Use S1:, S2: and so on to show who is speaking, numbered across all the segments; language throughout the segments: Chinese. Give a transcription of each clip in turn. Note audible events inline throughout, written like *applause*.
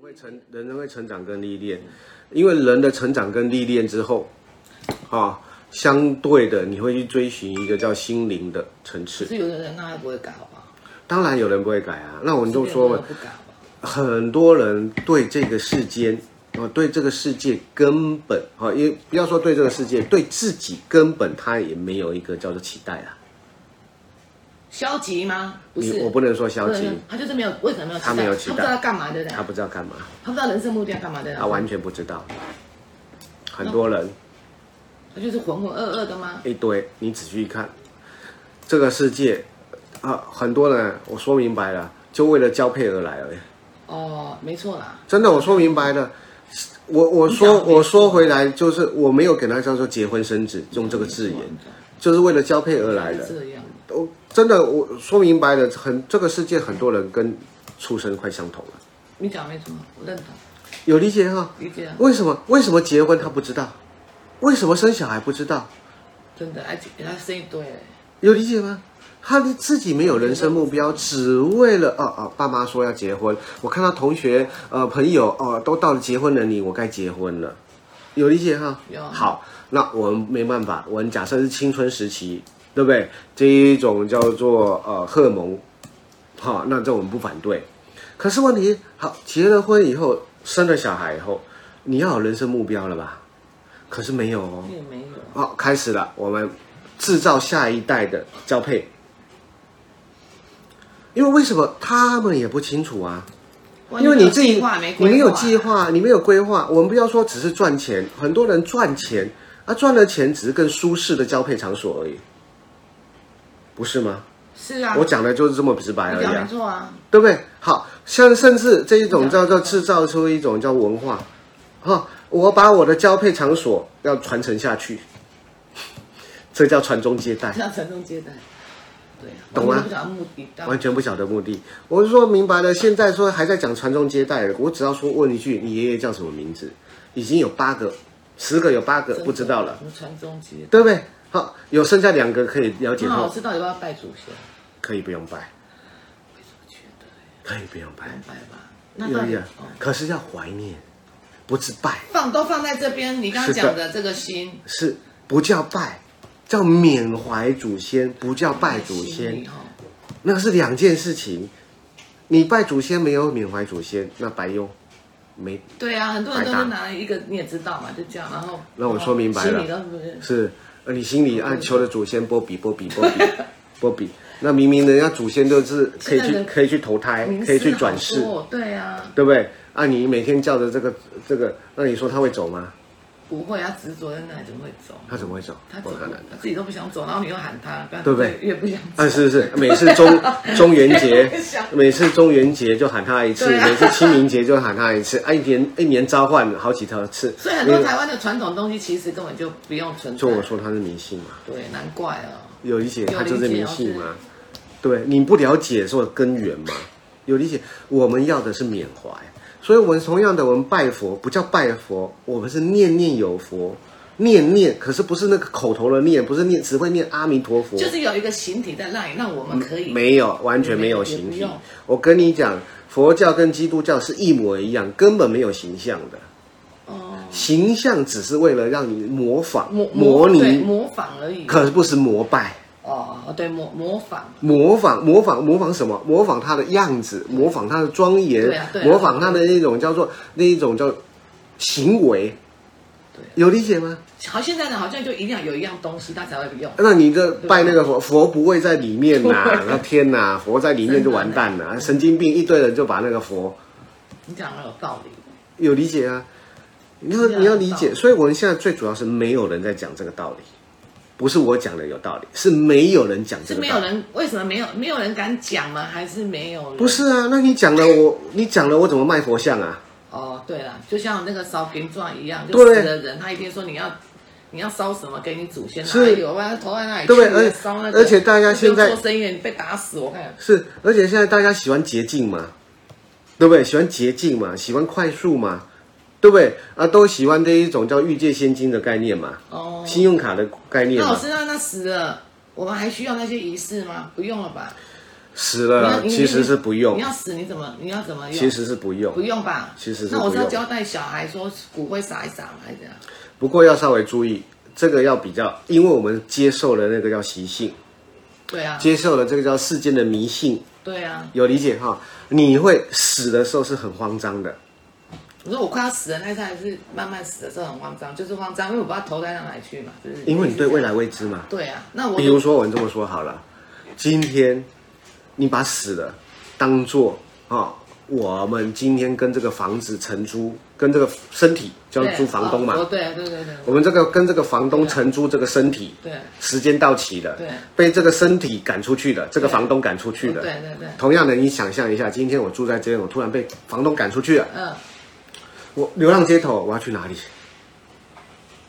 S1: 会成人会成长跟历练，因为人的成长跟历练之后，啊，相对的你会去追寻一个叫心灵的层
S2: 可
S1: 次。
S2: 是有的人那还不会改，好不好？
S1: 当然有人不会改啊，那我们就说
S2: 有
S1: 嘛
S2: 的人，不改，好不好？
S1: 很多人对这个世间，啊，对这个世界根本啊，也不要说对这个世界，对自己根本他也没有一个叫做期待啊。
S2: 消极吗？不
S1: 你
S2: 是，
S1: 我不能说消极
S2: 不，能他就是没有，为什么没有期待？
S1: 他没有期待
S2: 他不知道他干嘛的呢？
S1: 他不知道干嘛，
S2: 他不知道人生目的要干嘛的呢？
S1: 他完全不知道。很多人
S2: 他就是浑浑噩噩的吗？
S1: 一堆，你仔细看，这个世界啊，很多人我说明白了，就为了交配而来而已。
S2: 哦，没错啦，
S1: 真的，我说明白了。我我说
S2: 你讲
S1: 我说回来，就是我没有给他叫做结婚生子，用这个字眼，就是为了交配而来的
S2: 是。这样。
S1: 我真的我说明白了，很这个世界很多人跟畜生快相同了，
S2: 你讲没错，我认同，
S1: 有理解哈？
S2: 理解啊，
S1: 为什么为什么结婚他不知道？为什么生小孩不知道？
S2: 真的，而且给他生一堆，
S1: 有理解吗？他自己没有人生目标，只为了哦哦，爸妈说要结婚，我看到同学呃朋友哦都到了结婚年龄，我该结婚了，有理解哈
S2: 有？
S1: 好，那我们没办法，我们假设是青春时期，对不对？这一种叫做呃荷尔蒙，好、那这我们不反对。可是问题好，结了婚以后，生了小孩以后，你要有人生目标了吧？可是没有哦。
S2: 也没有。
S1: 好，开始了，我们制造下一代的交配。因为为什么他们也不清楚啊？
S2: 哦
S1: 因为你自己
S2: 计划没，
S1: 你没有
S2: 计
S1: 计，划，你没有规划。我们不要说只是赚钱，很多人赚钱啊，赚了钱只是更舒适的交配场所而已，不是吗？
S2: 是啊，
S1: 我讲的就是这么直白而已
S2: 你讲
S1: 啊
S2: 没。错啊，
S1: 对不对？好像甚至这一种叫做
S2: 你讲
S1: 制造出一种叫文化，哈、我把我的交配场所要传承下去，这叫传宗接代，
S2: 像传宗接代，对啊，
S1: 懂吗
S2: 我们都不讲目的，但
S1: 完全不晓得目的。我是说明白了，现在说还在讲传宗接代，我只要说问一句，你爷爷叫什么名字？已经有八个、十个有八个
S2: 真的
S1: 不知道了，
S2: 什么传宗接代，
S1: 对不对？好，有剩下两个可以了解
S2: 很好
S1: 后，
S2: 吃，到底要不要拜祖先？
S1: 可以不用拜，
S2: 我觉得
S1: 可以不用拜
S2: 不，用拜吧，那到
S1: 有
S2: 底
S1: 点，
S2: 哦
S1: 可是要怀念，不是拜。
S2: 放都放在这边，你刚刚
S1: 是的
S2: 讲的这个心，
S1: 是不叫拜，叫缅怀祖先，不叫拜祖
S2: 心
S1: 先
S2: 里，哦
S1: 那个是两件事情。你拜祖先没有缅怀祖先，那白用，没
S2: 对啊，很多人都
S1: 白搭
S2: 是拿一个，你也知道嘛，就这样，然后
S1: 那我说明白了
S2: 心里都不是
S1: 是，呃，你心里按求了祖先波比波比波比波比，那明明人家祖先都是可以
S2: 现在
S1: 去
S2: 人
S1: 可以去投胎，可以去转世
S2: 名师，好多对啊，
S1: 对不对？啊，你每天叫着这个这个，那你说他会走吗？
S2: 不会，他啊执着在那里怎么会走？
S1: 他怎么会走？
S2: 他
S1: 不
S2: 走
S1: 可能。
S2: 他自己都不想走，然后你又喊他，然
S1: 对不对
S2: 越不想走。
S1: 啊，是是，每次
S2: *laughs*
S1: 中中元节
S2: 我想，
S1: 每次中元节就喊他一次，
S2: 对啊
S1: 每次清明节就喊他一次，啊，一年一年召唤好几条次。
S2: 所以很
S1: 因
S2: 多
S1: 为
S2: 台湾的传统东西其实根本就不用存在。
S1: 就我说他是迷信嘛，
S2: 对，难怪啊。
S1: 有理解，
S2: 有理解哦
S1: 他就是迷信嘛。对，你不了解说根源嘛，有理解。我们要的是缅怀，所以我们同样的，我们拜佛不叫拜佛，我们是念念有佛，念念，可是不是那个口头的念，不是念只会念阿弥陀佛，
S2: 就是有一个形体在那里，让我们可以
S1: 没有，完全没有形
S2: 也不
S1: 体
S2: 用。
S1: 我跟你讲，佛教跟基督教是一模一样，根本没有形象的。
S2: 哦
S1: 形象只是为了让你模仿、
S2: 模
S1: 模
S2: 对
S1: 拟，
S2: 模仿而已。
S1: 可是不是膜拜。
S2: 哦，对模模仿，
S1: 模仿、模仿、模仿什么？模仿他的样子，模仿他的庄严，
S2: 对啊对啊
S1: 模仿他的那种叫做那一种叫行为。
S2: 对
S1: 有理解吗？
S2: 好现在呢好像就一定要有一样东西，他才会用。
S1: 那你这拜那个
S2: 啊
S1: 佛，佛不会在里面呐、
S2: *laughs*
S1: 那天呐、佛在里面就完蛋了、神经病一堆人就把那个佛
S2: 你讲的有道理，
S1: 有理解啊，你要
S2: 是啊
S1: 你要理
S2: 有道
S1: 解，
S2: 理
S1: 所以我们现在最主要是没有人在讲这个道理，不是我讲的有道理，是没有人讲这
S2: 是
S1: 个
S2: 没
S1: 道
S2: 有
S1: 理。
S2: 人为什么没有没有人敢讲吗？还是没有人？
S1: 不是啊，那你讲了我，你讲了我怎么卖佛像啊？
S2: 哦，对了，就像那个烧瓶状一样，就
S1: 对
S2: 死了人，他一定说你要你要烧什么给你祖先啊，
S1: 是
S2: 有啊，投在那里去，
S1: 对不对而且
S2: 烧那个
S1: 而且大家现在
S2: 就不用做生意，你被打死，我看
S1: 是，而且现在大家喜欢捷径嘛，对不对？喜欢捷径嘛，喜欢快速嘛，对不对？啊，都喜欢这一种叫欲界现金的概念嘛，
S2: 哦。
S1: 信用卡的概念
S2: 那老
S1: 嘛。
S2: 师，那那死了，我们还需要那些仪式吗？不用了吧？
S1: 死了
S2: 你要
S1: 呃其实是不用
S2: 你，要死你怎么你要怎么用？
S1: 其实是不用
S2: 不。用吧？
S1: 其实是
S2: 那我
S1: 不
S2: 是要
S1: 用
S2: 交代小孩说骨灰撒一撒嘛，还是怎样？
S1: 不过要稍微注意，这个要比较，因为我们接受了那个叫习性，
S2: 对啊，
S1: 接受了这个叫世间的迷信，
S2: 对啊。
S1: 有理解哈？你会死的时候是很慌张的，
S2: 我说我快要死的那一刻，还是慢慢死的时候很慌张，就是慌张，因为我不知道投胎到哪里去嘛，就是
S1: 因为你对未来未知嘛。
S2: 对啊。那我
S1: 比如说，我们这么说好了，今天你把死了当做啊、我们今天跟这个房子承租，跟这个身体叫
S2: 对
S1: 租房东嘛，
S2: 哦对啊，对对对
S1: 我们这个跟这个房东承租这个身体，
S2: 对
S1: 时间到期了
S2: 对，
S1: 被这个身体赶出去的，这个
S2: 对
S1: 房东赶出去
S2: 对
S1: 的。
S2: 对对，
S1: 同样的，你想象一下，今天我住在这边，我突然被房东赶出去了，
S2: 嗯。
S1: 我流浪街头，我要去哪里？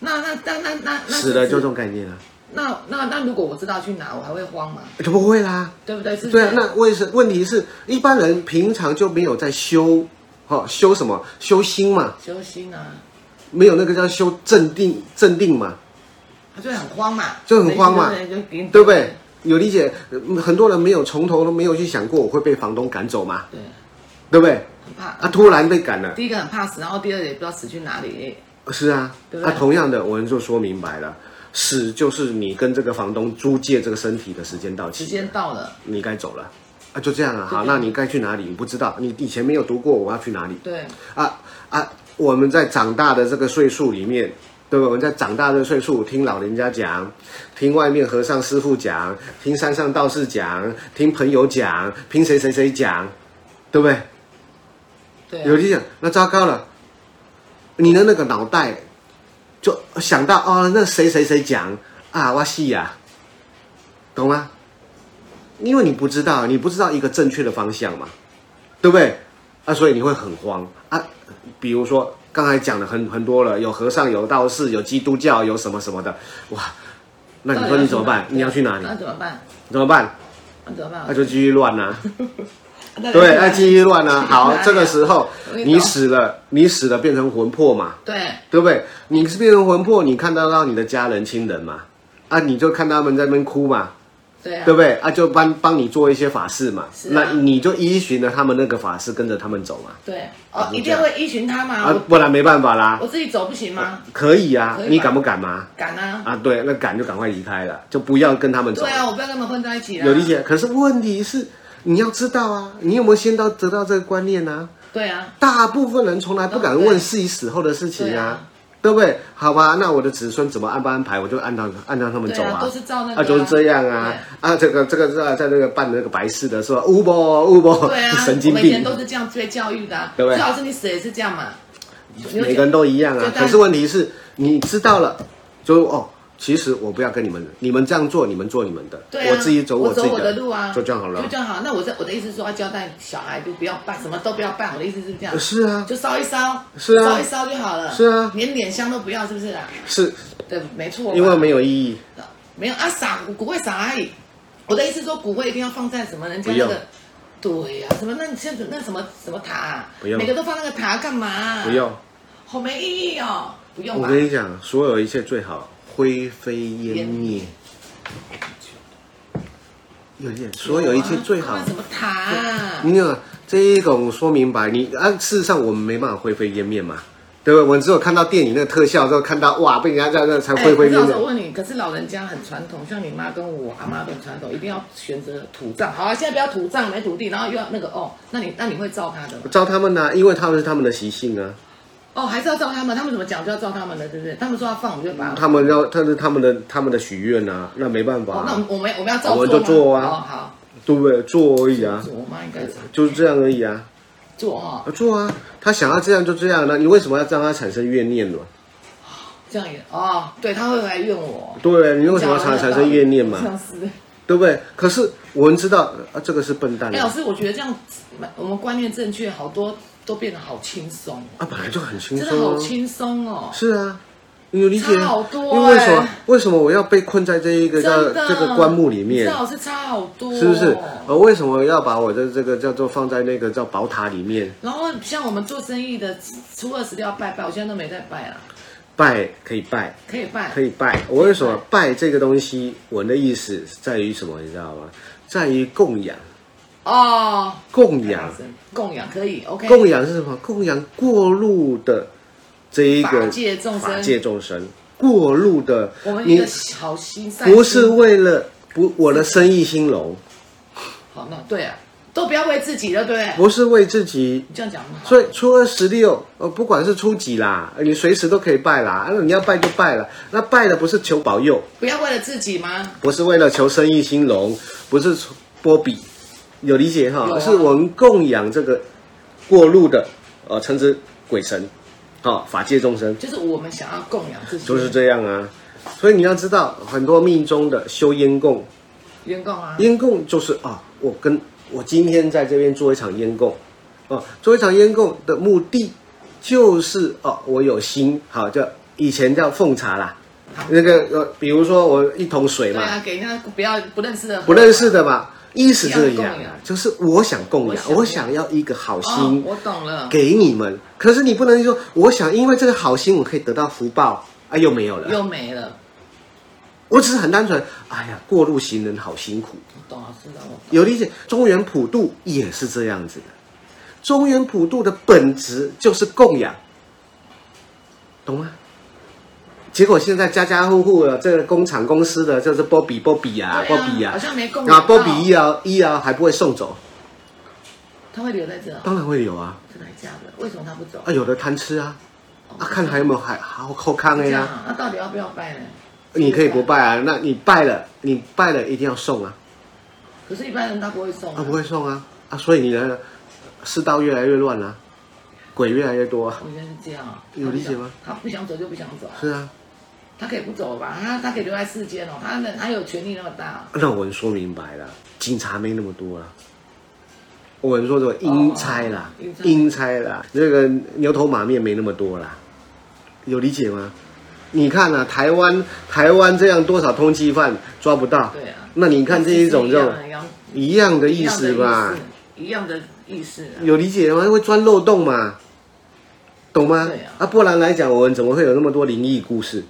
S2: 那那那那那那
S1: 死了就这种概念啊，
S2: 那那那如果我知道去哪，我还会慌吗？
S1: 就不会啦。
S2: 对不对？是不是
S1: 对啊，那为什问题是一般人平常就没有在修，哈、修什么？修心嘛，
S2: 修心啊，
S1: 没有那个叫修镇定，镇定嘛，
S2: 他就很慌嘛，
S1: 就很慌嘛
S2: 对就给你
S1: 对不对？有理解？嗯很多人没有从头都没有去想过我会被房东赶走嘛，
S2: 对，
S1: 对不对？
S2: 很怕。
S1: 啊，突然被赶了，
S2: 第一个很怕死，然后第二个也不知道死去哪里。
S1: 是啊，
S2: 对不
S1: 啊
S2: 对，
S1: 同样的，我们就说明白了，死就是你跟这个房东租借这个身体的时间到期
S2: 时，间到了，
S1: 你该走了，啊，就这样啊，
S2: 就
S1: 好，
S2: 这
S1: 那
S2: 样
S1: 你该去哪里？你不知道，你以前没有读过，我要去哪里？
S2: 对，
S1: 啊啊，我们在长大的这个岁数里面，对吧？我们在长大的岁数，听老人家讲，听外面和尚师傅讲，听山上道士讲，听朋友讲，听谁谁谁讲，对不对？
S2: 对
S1: 有
S2: 啊，
S1: 理讲，那糟糕了，你的那个脑袋就想到哦，那谁谁谁讲啊，哇西呀，懂吗？因为你不知道，你不知道一个正确的方向嘛，对不对？啊，所以你会很慌啊。比如说刚才讲的很很多了，有和尚，有道士，有基督教，有什么什么的，哇，那你说你怎么办？你要去哪里？
S2: 那怎么办？
S1: 怎么办？
S2: 那怎么办？
S1: 那就继续乱啊呐、
S2: 啊 *laughs* 那
S1: 对，
S2: 那
S1: 那记忆乱
S2: *laughs*
S1: 啊。好，这个时候
S2: 容易
S1: 你
S2: 懂
S1: 死了，你死了变成魂魄嘛，
S2: 对
S1: 对不对？你是变成魂魄，你看得到你的家人亲人嘛？啊，你就看他们在那边哭嘛，
S2: 对啊
S1: 对，不对？啊，就帮帮你做一些法事嘛，
S2: 是啊
S1: 那你就依循了他们那个法事，跟着他们走嘛。
S2: 对哦，
S1: 就
S2: 一
S1: 啊这
S2: 定
S1: 样
S2: 会依循他嘛。
S1: 啊
S2: 我，
S1: 不然没办法啦。
S2: 我自己走不行吗？
S1: 可以啊
S2: 可以，吧
S1: 你敢不敢嘛？
S2: 敢啊！
S1: 啊，对，那敢就赶快离开了，就不要跟他们走
S2: 对。啊，我不要跟他们混在一起啦。
S1: 有理？解？可是问题是，你要知道啊，你有没有先到得到这个观念啊？
S2: 对啊，
S1: 大部分人从来不敢问自己死后的事情啊，对不对？好吧，那我的子孙怎么安不安排，我就按照按照他们
S2: 对
S1: 走
S2: 啊，
S1: 啊
S2: 都。是照那个
S1: 啊，
S2: 啊，
S1: 就是这样啊啊，这个这个在在这个办那个白事的时候，乌波乌波
S2: 对。对，啊，
S1: 哦 *laughs* 神经
S2: 我们以前
S1: 病，
S2: 都是这样被教育的啊，
S1: 对不对
S2: 最好是你死也是这样嘛。你
S1: 每个人都一样
S2: 就
S1: 啊。
S2: 大
S1: 可是问题是，你知道了，就哦，其实我不要跟你们，你们这样做，你们做你们的，
S2: 对啊，
S1: 我自己走
S2: 我
S1: 自己
S2: 的路啊，
S1: 就这样好了
S2: 就。这样好。那我这我的意思是说，要交代小孩就不要办，什么都不要办。我的意思是这样，
S1: 是啊，
S2: 就烧一烧，
S1: 是啊
S2: 烧一烧就好了。
S1: 是啊
S2: 连点香都不要，是不是啊？
S1: 是
S2: 对，没错吧。啊
S1: 因为没有意义，
S2: 没有啊，撒骨灰撒而已。我的意思是说，骨灰一定要放在什么人家那
S1: 不
S2: 个。对呀、啊什么？那你现在那什么什么塔、啊？
S1: 不用
S2: 每个都放那个塔干嘛、
S1: 不，用。
S2: 好没意义哦。不用
S1: 我
S2: 吧？
S1: 跟你讲，所有一切最好灰飞烟灭。有点，所有一切最好
S2: 放。什么塔、啊？
S1: 你有这一种说明白，你啊，事实上我们没办法灰飞烟灭嘛，对不对？我们只有看到电影那个特效之后，看到哇，被人家这样这样才
S2: 哎
S1: 灰
S2: 可
S1: 飞
S2: 是
S1: 烟
S2: 老师
S1: 灭。
S2: 我问你，可是老人家很传统，像你妈跟我阿妈都很传统，一定要选择土葬。好啊，现在不要土葬，没土地，然后又要那个哦，那你那你会照他的吗？
S1: 照他们呐、因为他们是他们的习性啊，
S2: 哦，还是要照他们，他们怎么讲就要照他们的，对不对？他们说要放，我们就把它。
S1: 他们要，他是他们的他们的许愿呐、那没办法、
S2: 哦，那我们我们我们要照
S1: 我
S2: 做
S1: 们就
S2: 吗
S1: 做啊
S2: 哦，好，
S1: 对不对？做而已啊，
S2: 做我妈应该是
S1: 就是这样而已啊，
S2: 做哦，
S1: 啊做啊，他想要这样就这样，那啊你为什么要让他产生怨念呢？
S2: 这样也哦，对，他会来怨我。
S1: 对，你为什么要产产生怨念嘛？
S2: 像是。
S1: 对不对？可是我们知道，啊，这个是笨蛋
S2: 哎，老师，我觉得这样，我们观念正确，好多都变得好轻松，哦
S1: 啊，本来就很轻
S2: 真的好
S1: 松、啊，
S2: 轻松哦。
S1: 是啊，你有理解？
S2: 差好多
S1: 因为为什么
S2: 哎？
S1: 为什么我要被困在这一个叫
S2: 真的
S1: 这个棺木里面
S2: 这？老师差好多、哦
S1: 是不是？呃，为什么要把我的这个叫做放在那个叫宝塔里面
S2: 然后像我们做生意的，初二十六要拜拜，我现在都没在拜啊，
S1: 拜？可以拜，
S2: 可以拜，
S1: 可以拜。我为什么拜这个东西？我的意思在于什么？你知道吗？在于供养。
S2: 哦，
S1: 供养，
S2: 供养可以，OK，
S1: 供养是什么？供养过路的这一
S2: 法
S1: 个
S2: 界众
S1: 法
S2: 生，
S1: 界众生，过路的
S2: 我们一
S1: 你
S2: 个好心善心，
S1: 不是为了不我的生意兴隆，
S2: 好，那对啊，都不要为自己了，对不对？
S1: 不是为自己。
S2: 你这样讲很好，
S1: 所以初二十六，呃，不管是初几啦，呃你随时都可以拜啦。啊你要拜就拜了，那拜的不是求保佑，
S2: 不要为了自己吗？
S1: 不是为了求生意兴隆，不是波比，有理解哈？
S2: 有啊
S1: 是我们供养这个过路的，呃，称之鬼神，好、法界众生
S2: 就是我们想要供养自己，
S1: 就是这样啊。所以你要知道，很多命中的修烟供，
S2: 员工啊，
S1: 烟供就是啊，我跟我今天在这边做一场烟供，啊，做一场烟供的目的就是哦、我有心，好叫以前叫奉茶啦，那个呃，比如说我一桶水
S2: 对
S1: 嘛，
S2: 啊，给人家不要不认识的，
S1: 不认识的嘛，意思这样
S2: 供养
S1: 啊，就是我想供
S2: 我
S1: 养，
S2: 想
S1: 我想要一个好
S2: 哦
S1: 心，
S2: 我懂了，
S1: 给你们，可是你不能说我想因为这个好心我可以得到福报，啊又没有了，
S2: 又没了，
S1: 我只是很单纯，哎呀，过路行人好辛苦，
S2: 我懂了，知道我
S1: 有理解，中原普渡也是这样子的。中原普渡的本质就是供养，懂吗？结果现在家家户户的这个工厂公司的就是波比波比啊，波
S2: 对啊
S1: 比啊
S2: 好，像没供养
S1: 啊
S2: 到
S1: 波比医疗医疗还不会送走，
S2: 他会留在这哦，
S1: 当然会有啊，
S2: 是哪一家的？为什么他不走
S1: 啊？有的贪吃啊，
S2: 哦
S1: 啊看还有没有还好口康的
S2: 这样
S1: 呀、
S2: 啊，那到底要不要拜呢？
S1: 你可以不拜啊，那你拜了，你拜了一定要送啊，
S2: 可是，一般人他不会送
S1: 啊不会送啊，啊所以你的世道越来越乱了、鬼越来越多啊。
S2: 我觉得是这样啊，
S1: 有理解吗
S2: 他不想？他不想走就不想走啊，
S1: 是啊，
S2: 他可以不走吧？他他可以留在世间哦，他能他有权利那么大哦，
S1: 那我们说明白了，警察没那么多了。我们说什么阴差啦
S2: 哦阴，差
S1: 阴差啦，这个牛头马面没那么多啦，有理解吗？你看啊，台湾台湾这样多少通缉犯抓不到？
S2: 对啊。
S1: 那你看这一种就
S2: 一样啊
S1: 一样的
S2: 一
S1: 意
S2: 样
S1: 思吧，
S2: 一样的意思啊，
S1: 有理解吗？会钻漏洞嘛，懂吗
S2: 对啊？
S1: 啊，不然来讲，我们怎么会有那么多灵异故事？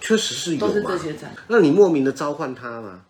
S1: 确实是有
S2: 都是
S1: 嘛
S2: 这，些产
S1: 那你莫名的召唤他嘛。